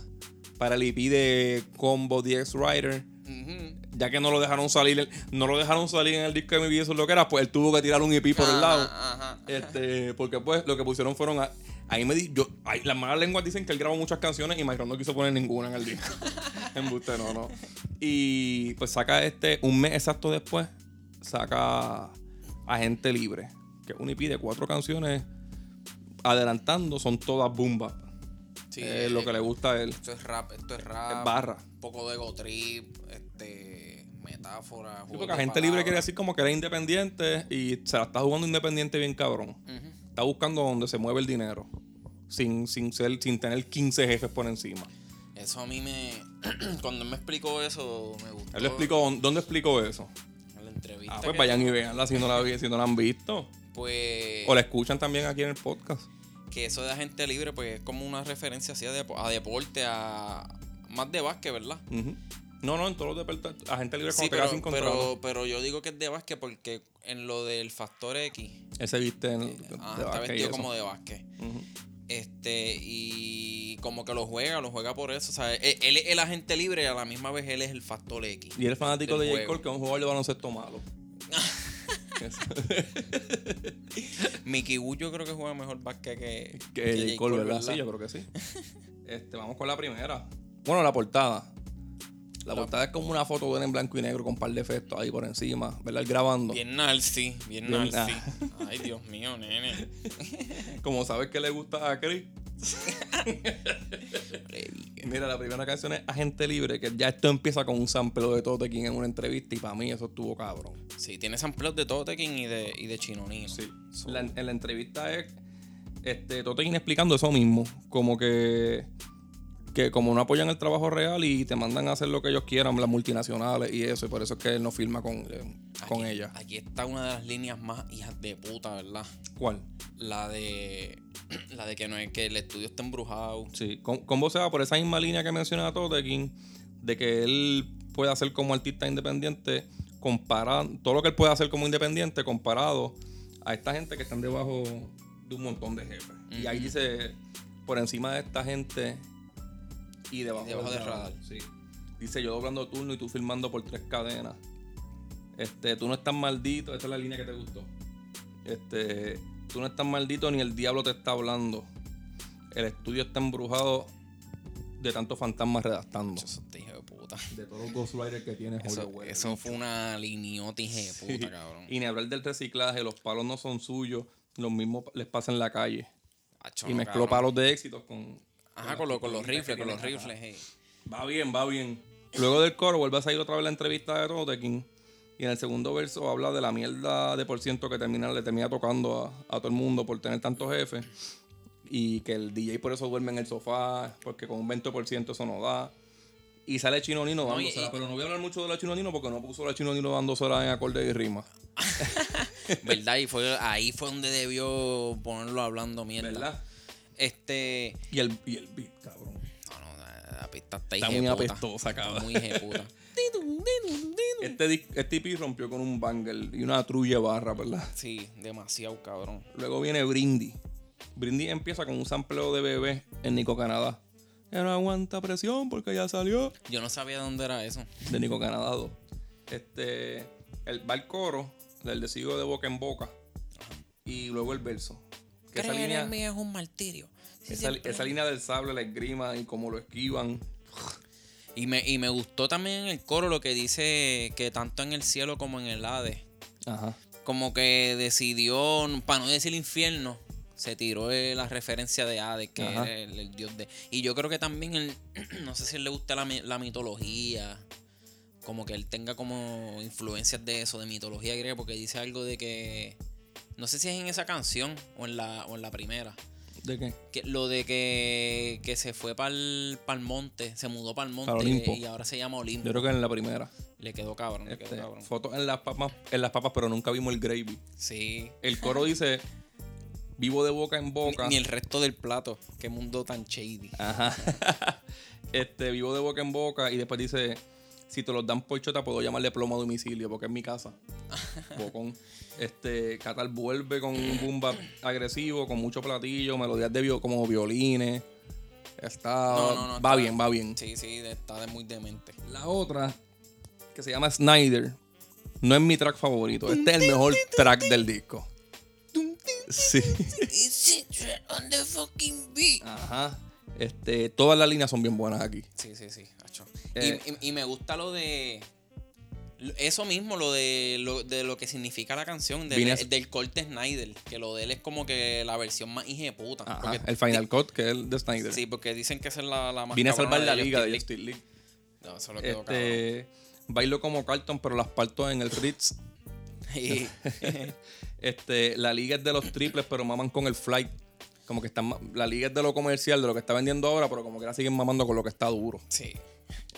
S2: para el EP de Combo DX Rider.
S3: Ujú.
S2: Ya que no lo dejaron salir, no lo dejaron salir en el disco de mi vida, eso es lo que era, pues él tuvo que tirar un EP por el
S3: Ajá,
S2: lado.
S3: ajá.
S2: Este, porque pues lo que pusieron fueron a- ahí me di, yo, ahí, las malas lenguas dicen que él grabó muchas canciones y Micron no quiso poner ninguna en el disco. Embuste, no, no. Y pues saca este, un mes exacto después, saca Agente Libre, que es un EP de cuatro canciones adelantando, son todas boom bap.
S3: Sí,
S2: es Eh, lo que le gusta a él.
S3: Esto es rap, esto es rap.
S2: Es barra.
S3: Un poco de go trip, este, metáfora.
S2: Sí,
S3: juego
S2: porque
S3: de
S2: Agente Libre quiere
S3: palabras.
S2: decir como que era independiente y se la está jugando independiente bien cabrón.
S3: Ujú.
S2: Está buscando donde se mueve el dinero. Sin, sin, ser, sin tener 15 jefes por encima.
S3: Eso a mí me. (clears throat) Cuando él me explicó eso, me gustó.
S2: Él le explicó, ¿dónde explicó eso?
S3: En la entrevista.
S2: Ah, pues
S3: Oh. que-
S2: vayan y veanla si no la, vi- si no la han visto.
S3: Pues.
S2: O la escuchan también aquí en el podcast.
S3: que eso de agente libre pues es como una referencia así a, depo- a deporte, a más de básquet, ¿verdad?
S2: Ujú. No, no, en todos los deportes. Agente libre
S3: Sí,
S2: cuando te quedas
S3: pero,
S2: sin contrato.
S3: pero, pero yo digo que es de básquet porque en lo del factor X,
S2: Ese viste en.
S3: ah,
S2: de
S3: está
S2: basquet y
S3: vestido
S2: eso.
S3: como de básquet.
S2: Ujú.
S3: Este, y como que lo juega, lo juega por eso, ¿sabes? Él él es el agente libre y a la misma vez él es el factor X.
S2: Y eres fanático de
S3: Del
S2: J.
S3: juego.
S2: Cole, que es un jugador de baloncesto
S3: (laughs)
S2: malo. Eso.
S3: Mickey Wood yo creo que juega mejor básquet que,
S2: que
S3: que
S2: J. Cole, ¿verdad? Sí, yo creo que sí. Este, vamos con la primera. Bueno, la portada. La portada es como una foto de él en blanco y negro con un par de efectos ahí por encima, ¿verdad? Él grabando.
S3: Bien narci, bien,
S2: Bien-
S3: narci. (laughs) Ay, Dios mío, nene.
S2: Como sabes que le gusta a (laughs) Chris. Mira, la primera canción es Agente Libre, que ya esto empieza con un sampleo de Tote King en una entrevista y para mí eso estuvo cabrón.
S3: Sí, tiene sampleos de todo Tekken y de, y de Chinonino.
S2: La- en la entrevista es este, Totequín explicando eso mismo. Como que, que como no apoyan el trabajo real y te mandan a hacer lo que ellos quieran, las multinacionales y eso, y por eso es que él no firma con, eh, con
S3: Aquí-
S2: ella.
S3: Aquí está una de las líneas más hijas de puta, ¿verdad?
S2: ¿Cuál?
S3: La de. (clears throat) La de que no es que el estudio está embrujado.
S2: Sí. Com- Combo se va por esa misma línea que menciona Totequín, de que él puede hacer como artista independiente, comparado, todo lo que él puede hacer como independiente comparado a esta gente que están debajo de un montón de jefes. Y ahí
S3: Ujú.
S2: dice, por encima de esta gente y debajo,
S3: Y debajo
S2: del
S3: del radar.
S2: Sí. Dice, yo doblando turno y tú firmando por tres cadenas. Este, tú no estás maldito, esta es la línea que te gustó. Este, tú no estás maldito ni el diablo te está hablando. El estudio está embrujado de tantos fantasmas redactando.
S3: Eso te hijo de puta.
S2: De todos los ghostwriters que tiene
S3: Eso,
S2: Hollywood.
S3: eso fue una liniota hija de
S2: Sí.
S3: puta, cabrón.
S2: Y ni hablar del reciclaje, los palos no son suyos, los mismos les pasa en la calle.
S3: Acho,
S2: y
S3: no,
S2: mezcló
S3: cabrón.
S2: palos de éxitos con.
S3: Ajá, con, lo- con los rifles, con los
S2: Ajá.
S3: rifles, hey.
S2: Va bien, va bien. Luego del coro vuelve a salir otra vez la entrevista de Totekin. Y en el segundo verso habla de la mierda de por ciento que termina, le termina tocando a, a todo el mundo por tener tantos jefes. Y que el DJ por eso duerme en el sofá, porque con un 20% eso no da. Y sale Chino Nino
S3: No, y-
S2: dándosela.
S3: y-
S2: pero no voy a hablar mucho de la Chino Nino porque no puso la Chino Nino dándosela en acorde y rima.
S3: eh. ¿Verdad? Y fue, ahí fue donde debió ponerlo hablando mierda.
S2: ¿Verdad?
S3: Este.
S2: Y el, y el beat, cabrón.
S3: No, no, La pista está,
S2: Está muy
S3: hijeputa.
S2: apestosa, cabrón.
S3: Está
S2: (laughs)
S3: muy hijeputa.
S2: Este, dis- este EP rompió con un banger y una trulla barra, ¿verdad?
S3: Sí, demasiado cabrón.
S2: Luego viene Brindy. Brindy empieza con un sampleo de bebé en Nico Canadá. Ya no aguanta presión porque ya salió.
S3: Yo no sabía dónde era eso.
S2: De Nico Canadá 2. Este, el, va el coro, el de sigo de boca en boca. Y luego el verso. Que esa
S3: Creer
S2: línea,
S3: en mí es un martirio. Sí,
S2: esa,
S3: siempre-
S2: esa línea del sable, la esgrima y cómo lo esquivan.
S3: Y me, y me gustó también en el coro lo que dice que tanto en el cielo como en el Hades.
S2: Ajá.
S3: Como que decidió, para no decir infierno, se tiró eh, la referencia de Hades, que
S2: Ajá.
S3: era el, el dios de. Y yo creo que también él, (clears throat) no sé si a él le gusta la, mi- la mitología. Como que él tenga como influencias de eso, de mitología griega, porque dice algo de que. No sé si es en esa canción o en la, o en la primera.
S2: ¿De qué?
S3: Que, lo de que, que se fue para el, monte, se mudó para el monte
S2: Para Olimpo.
S3: y ahora se llama Olimpo.
S2: Yo creo que en la primera.
S3: Le quedó cabrón, le
S2: Este,
S3: quedó cabrón.
S2: fotos en las papas, en las papas, pero nunca vimos el gravy.
S3: Sí.
S2: El coro dice: Vivo de boca en boca.
S3: Ni el resto del plato. Qué mundo tan shady.
S2: Ajá. (laughs) Este, vivo de boca en boca y después dice, si te los dan por chota puedo llamarle plomo a domicilio porque es mi
S3: (laughs)
S2: casa. Bocón. Este, Catal vuelve con un boom bap agresivo, con mucho platillo, melodías de vio- como violines. Está,
S3: No, no, no,
S2: va
S3: está-
S2: bien, va bien.
S3: Sí, sí, de- está de muy demente.
S2: La otra, que se llama Snyder, no es mi track favorito. Este es el mejor track del disco. Sí.
S3: on the fucking beat.
S2: Ajá. Este, todas las líneas son bien buenas aquí.
S3: Sí, sí, sí. acho.
S2: Eh.
S3: Y, y- y me gusta lo de. lo- Eso mismo, lo de lo, de lo que significa la canción, de-
S2: Vine
S3: de-
S2: a-
S3: del corte Snyder. Que lo de él es como que la versión más hijeputa.
S2: Ajá,
S3: Porque-
S2: el Final Cut, que es el de Snyder.
S3: Sí, porque dicen que esa es la, la más.
S2: Vine a
S3: cabrona
S2: salvar la
S3: Justin
S2: liga de
S3: League.
S2: Justin League.
S3: No, eso lo
S2: (laughs)
S3: quedó cabrón.
S2: Este, bailo como Carlton, pero las parto en el Ritz.
S3: Y-
S2: Este, la liga es de los triples, pero maman con el flight. Como que están, ma- la liga es de lo comercial, de lo que está vendiendo ahora, pero como que la siguen mamando con lo que está duro.
S3: Sí.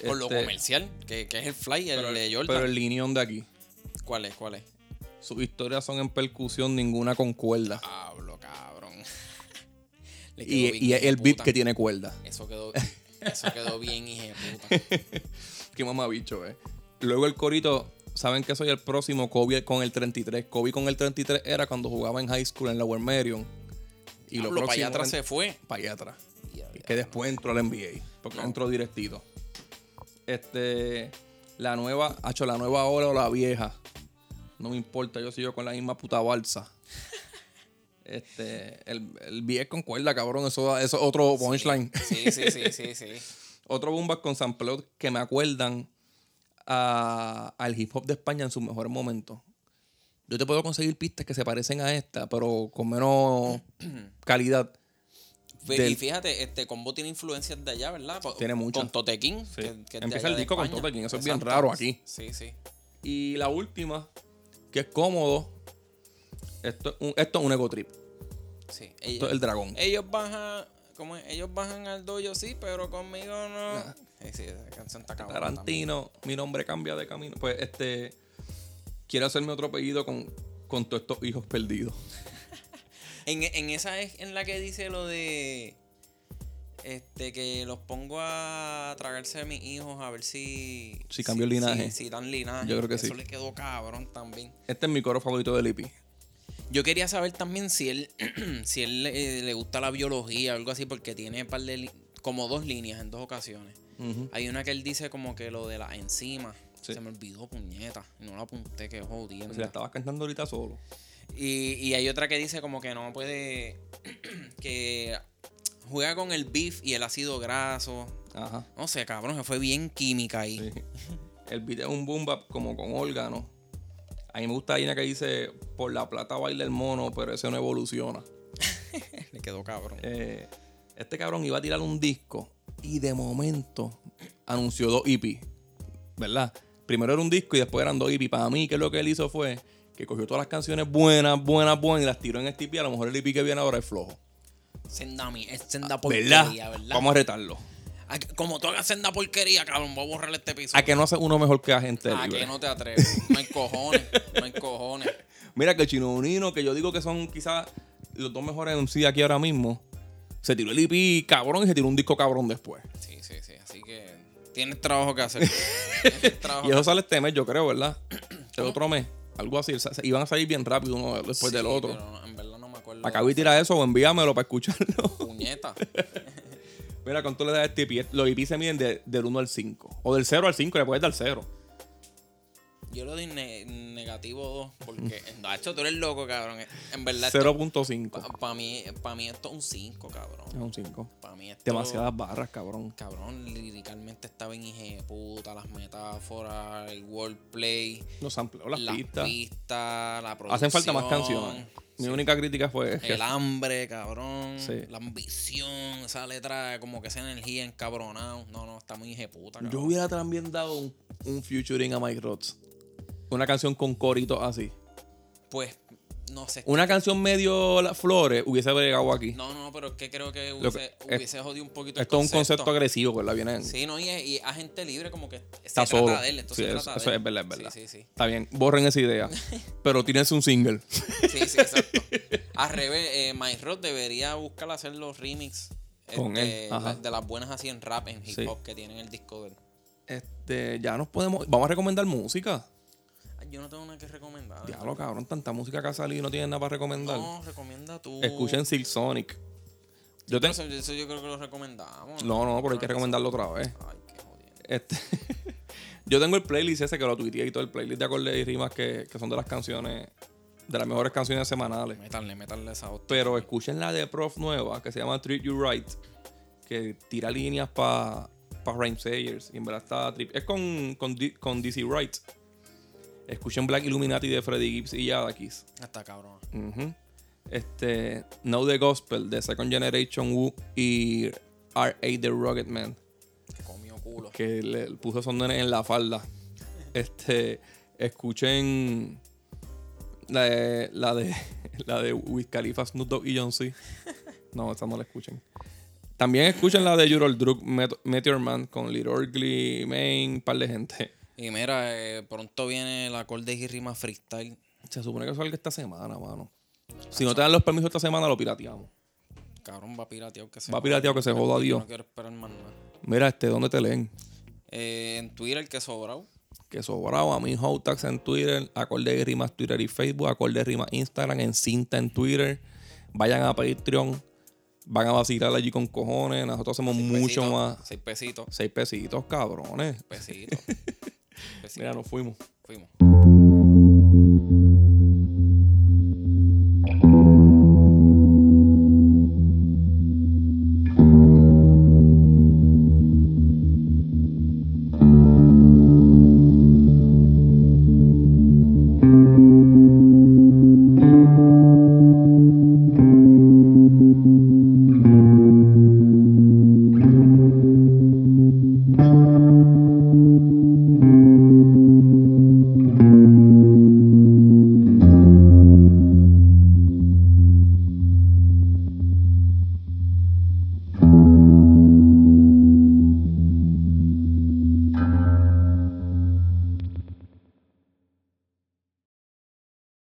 S3: Por lo
S2: Este-
S3: comercial, que, que es el fly, el de Jordan.
S2: Pero el linión de aquí.
S3: ¿Cuál es? ¿Cuál es?
S2: Sus historias son en percusión, ninguna con cuerda.
S3: Pablo, cabrón. Ah, (laughs) Le quedó bien
S2: Y, y es el beat
S3: hijeputa.
S2: que tiene cuerda. (laughs)
S3: Eso quedó, eso quedó bien, hijeputa.
S2: Qué mamabicho, eh. Luego el corito, saben que soy el próximo Kobe con el 33. Kobe con el 33 era cuando jugaba en high school en la Warmerion. (laughs) Y lo
S3: Pablo, para allá
S2: próximo
S3: atrás
S2: en-
S3: se fue.
S2: para allá atrás.
S3: Ya,
S2: Que después entró al NBA. Porque
S3: No.
S2: entró directito. Este. La nueva. Hacho, la nueva ola o la vieja. No me importa, yo sigo con la misma puta
S3: (laughs)
S2: balsa. Este. El, el viejo con cuerda, cabrón. Eso, da- eso es otro punchline.
S3: Sí, sí, sí, sí, sí.
S2: Otro boombax con sampleos que me acuerdan a- al hip hop de España en sus mejores momentos. Yo te puedo conseguir pistas que se parecen a esta, pero con menos calidad.
S3: Fe-
S2: Del-
S3: Y fíjate, este combo tiene influencias de allá, ¿verdad? Pa-
S2: Tiene muchas.
S3: Con Totequín. que- que es de
S2: Empieza
S3: allá
S2: el
S3: de
S2: disco con
S3: España.
S2: Tote King, eso es bien
S3: Exacto.
S2: raro aquí.
S3: Sí, sí.
S2: Y la última, que es cómodo. Esto, es un- esto es un ego trip.
S3: sí.
S2: Esto es el dragón.
S3: Ellos bajan, ¿cómo es? Ellos bajan al dojo, sí, pero conmigo no. Eh, sí, esa canción está cabrona también.
S2: Ah. Tarantino, mi nombre cambia de camino. Pues este. Quiero hacerme otro apellido con, con todos estos hijos perdidos.
S3: En, en esa es en la que dice lo de. Este, que los pongo a tragarse a mis hijos a ver si.
S2: Si cambio el linaje.
S3: Si, si dan linaje.
S2: Yo creo que
S3: Eso
S2: sí.
S3: le quedó cabrón también.
S2: Este es mi coro favorito del EP.
S3: Yo quería saber también si él, (clears throat) si él eh, le gusta la biología o algo así, porque tiene par de li- como dos líneas en dos ocasiones.
S2: Ujú.
S3: Hay una que él dice como que lo de las enzimas.
S2: Sí.
S3: Se me olvidó, puñeta. No la apunté, que jodiendo.
S2: Se la estabas cantando ahorita solo.
S3: Y, y hay otra que dice como que no puede. (clears throat) que juega con el beef y el ácido graso.
S2: Ajá.
S3: No sé, cabrón, se fue bien química ahí.
S2: Sí. El beat es un boom bap como con órgano. A mí me gusta la línea que dice, por la plata baila el mono, pero ese no evoluciona.
S3: (laughs) Le quedó cabrón.
S2: Eh, este cabrón iba a tirar un disco y de momento anunció dos EP. ¿Verdad? Primero era un disco y después eran dos EP. Para mí, que lo que él hizo fue que cogió todas las canciones buenas, buenas, buenas y las tiró en este EP. A lo mejor el EP que viene ahora es flojo.
S3: Senda mi, es senda
S2: Ah, ¿Verdad?
S3: porquería, ¿verdad?
S2: Vamos a retarlo.
S3: A que- como tú hagas senda porquería, cabrón, voy a borrar este piso.
S2: A que no hace uno mejor que agente
S3: Ah,
S2: libre.
S3: que no te atreves. No hay cojones. No hay cojones.
S2: Mira que el Chino Unino, que yo digo que son quizás los dos mejores MC aquí ahora mismo, Se tiró el EP cabrón y se tiró un disco cabrón después.
S3: Sí, sí, sí. Así que tienes trabajo
S2: (laughs)
S3: que hacer. Tienes trabajo
S2: Y
S3: que
S2: eso sale este mes, yo creo,
S3: (clears throat)
S2: ¿verdad? El otro mes. Algo así. Sa- sa- Y van a salir bien rápido uno después
S3: Sí,
S2: del otro.
S3: pero no, en verdad no me acuerdo.
S2: Acabo de tirar eso o envíamelo para escucharlo. (laughs)
S3: Puñeta.
S2: Mira, ¿cuánto le das a este EP? Los EP se miden de- del 1 al 5. O del 0 al 5, le puedes dar 0.
S3: Yo lo doy ne- negativo
S2: (laughs)
S3: 2 porque, Nacho, tú eres loco, cabrón. En verdad, esto-
S2: 0.5.
S3: Para mí, pa mí esto es un 5, cabrón.
S2: Es un 5.
S3: Para mí esto...
S2: Demasiadas barras, cabrón.
S3: Cabrón, liricalmente está bien hije de puta, las metáforas, el wordplay,
S2: Los sampleos, las
S3: las
S2: pistas.
S3: pistas, la producción.
S2: Hacen falta más canciones. Mi única crítica fue que
S3: El hambre, cabrón.
S2: Sí.
S3: La ambición, esa letra, como que esa energía encabronado. No, no, está muy ejeputa,
S2: yo
S3: cabrón.
S2: hubiera también dado un, un featuring a Mike Rhodes. Una canción con corito así.
S3: Pues, no sé.
S2: Una canción medio las flores hubiese llegado aquí.
S3: No, no, pero es que creo que
S2: Lo
S3: hubiese,
S2: que- es-
S3: hubiese jodido un poquito
S2: Esto
S3: el
S2: es un concepto agresivo, ¿verdad? Viene
S3: Sí, no, y, y a gente libre como que
S2: está
S3: se
S2: solo.
S3: trata de él,
S2: Sí,
S3: entonces se
S2: eso,
S3: trata de
S2: eso
S3: él.
S2: es verdad, es verdad.
S3: Sí, sí,
S2: Está bien, borren esa
S3: (laughs)
S2: idea. Pero tienes un single.
S3: sí. Sí, sí, exacto. Al revés, eh, My Rod debería buscar hacer los remix
S2: Con
S3: este,
S2: él, ajá.
S3: la- de las buenas así en rap, en hip
S2: Sí.
S3: hop que tienen el disco de él.
S2: Este, ya nos podemos. Vamos a recomendar música.
S3: Ay, Yo no tengo nada que recomendar.
S2: Diablo, cabrón, tanta música que ha salido y no tienen nada para recomendar.
S3: No, recomienda tú.
S2: Escuchen Silk Sonic. Yo
S3: Pero
S2: tengo.
S3: Eso, eso yo creo que lo recomendamos.
S2: No, no, pero hay que recomendarlo otra vez.
S3: Ay, qué jodido.
S2: Este, (laughs) yo tengo el playlist ese que lo tuiteé y todo el playlist de acordes y rimas que, que son de las canciones, de las mejores canciones semanales.
S3: Métanle, métanle esa otra.
S2: Pero escuchen la de Prof nueva que se llama Treat You Right, que tira líneas para pa Rhyme Sayers. Y en verdad está trip. Es con, con, D- con DC Wright. Escuchen Black Illuminati de Freddie Gibbs y Yadakis.
S3: Está cabrón.
S2: Ujú. Este, Know the Gospel de Second Generation Wu y R.A. The Rocket Man
S3: Que comió culo.
S2: que le puso esos nenes en la falda. Este, escuchen la de, la de, (laughs) la de Wiz Khalifa, Snoop Dogg y John C. No, esa no la escuchen. También escuchen la de Jurol Drug, Met- Meteor Man, con Little Orgly, Main, un par de gente.
S3: Y mira, eh, pronto viene el acorde y rima freestyle.
S2: Se supone que salga esta semana, mano. Si no te dan los permisos esta semana, lo pirateamos.
S3: Cabrón, va pirateado que se
S2: Va
S3: joda.
S2: pirateado que se joda,
S3: Yo
S2: Dios.
S3: No quiero esperar más nada.
S2: Mira, este, ¿dónde te leen?
S3: Eh, en Twitter, el que sobrado.
S2: que sobraba a mí Hotax en Twitter, acorde y rimas Twitter y Facebook, acorde y rimas Instagram, en cinta en Twitter. Vayan a Patreon, van a vacilar allí con cojones. Nosotros hacemos mucho
S3: Pesito,
S2: más.
S3: Seis pesitos.
S2: Seis pesitos, cabrones. (laughs)
S3: Pesitos. Pesitos.
S2: Mira, nos fuimos.
S3: Fuimos.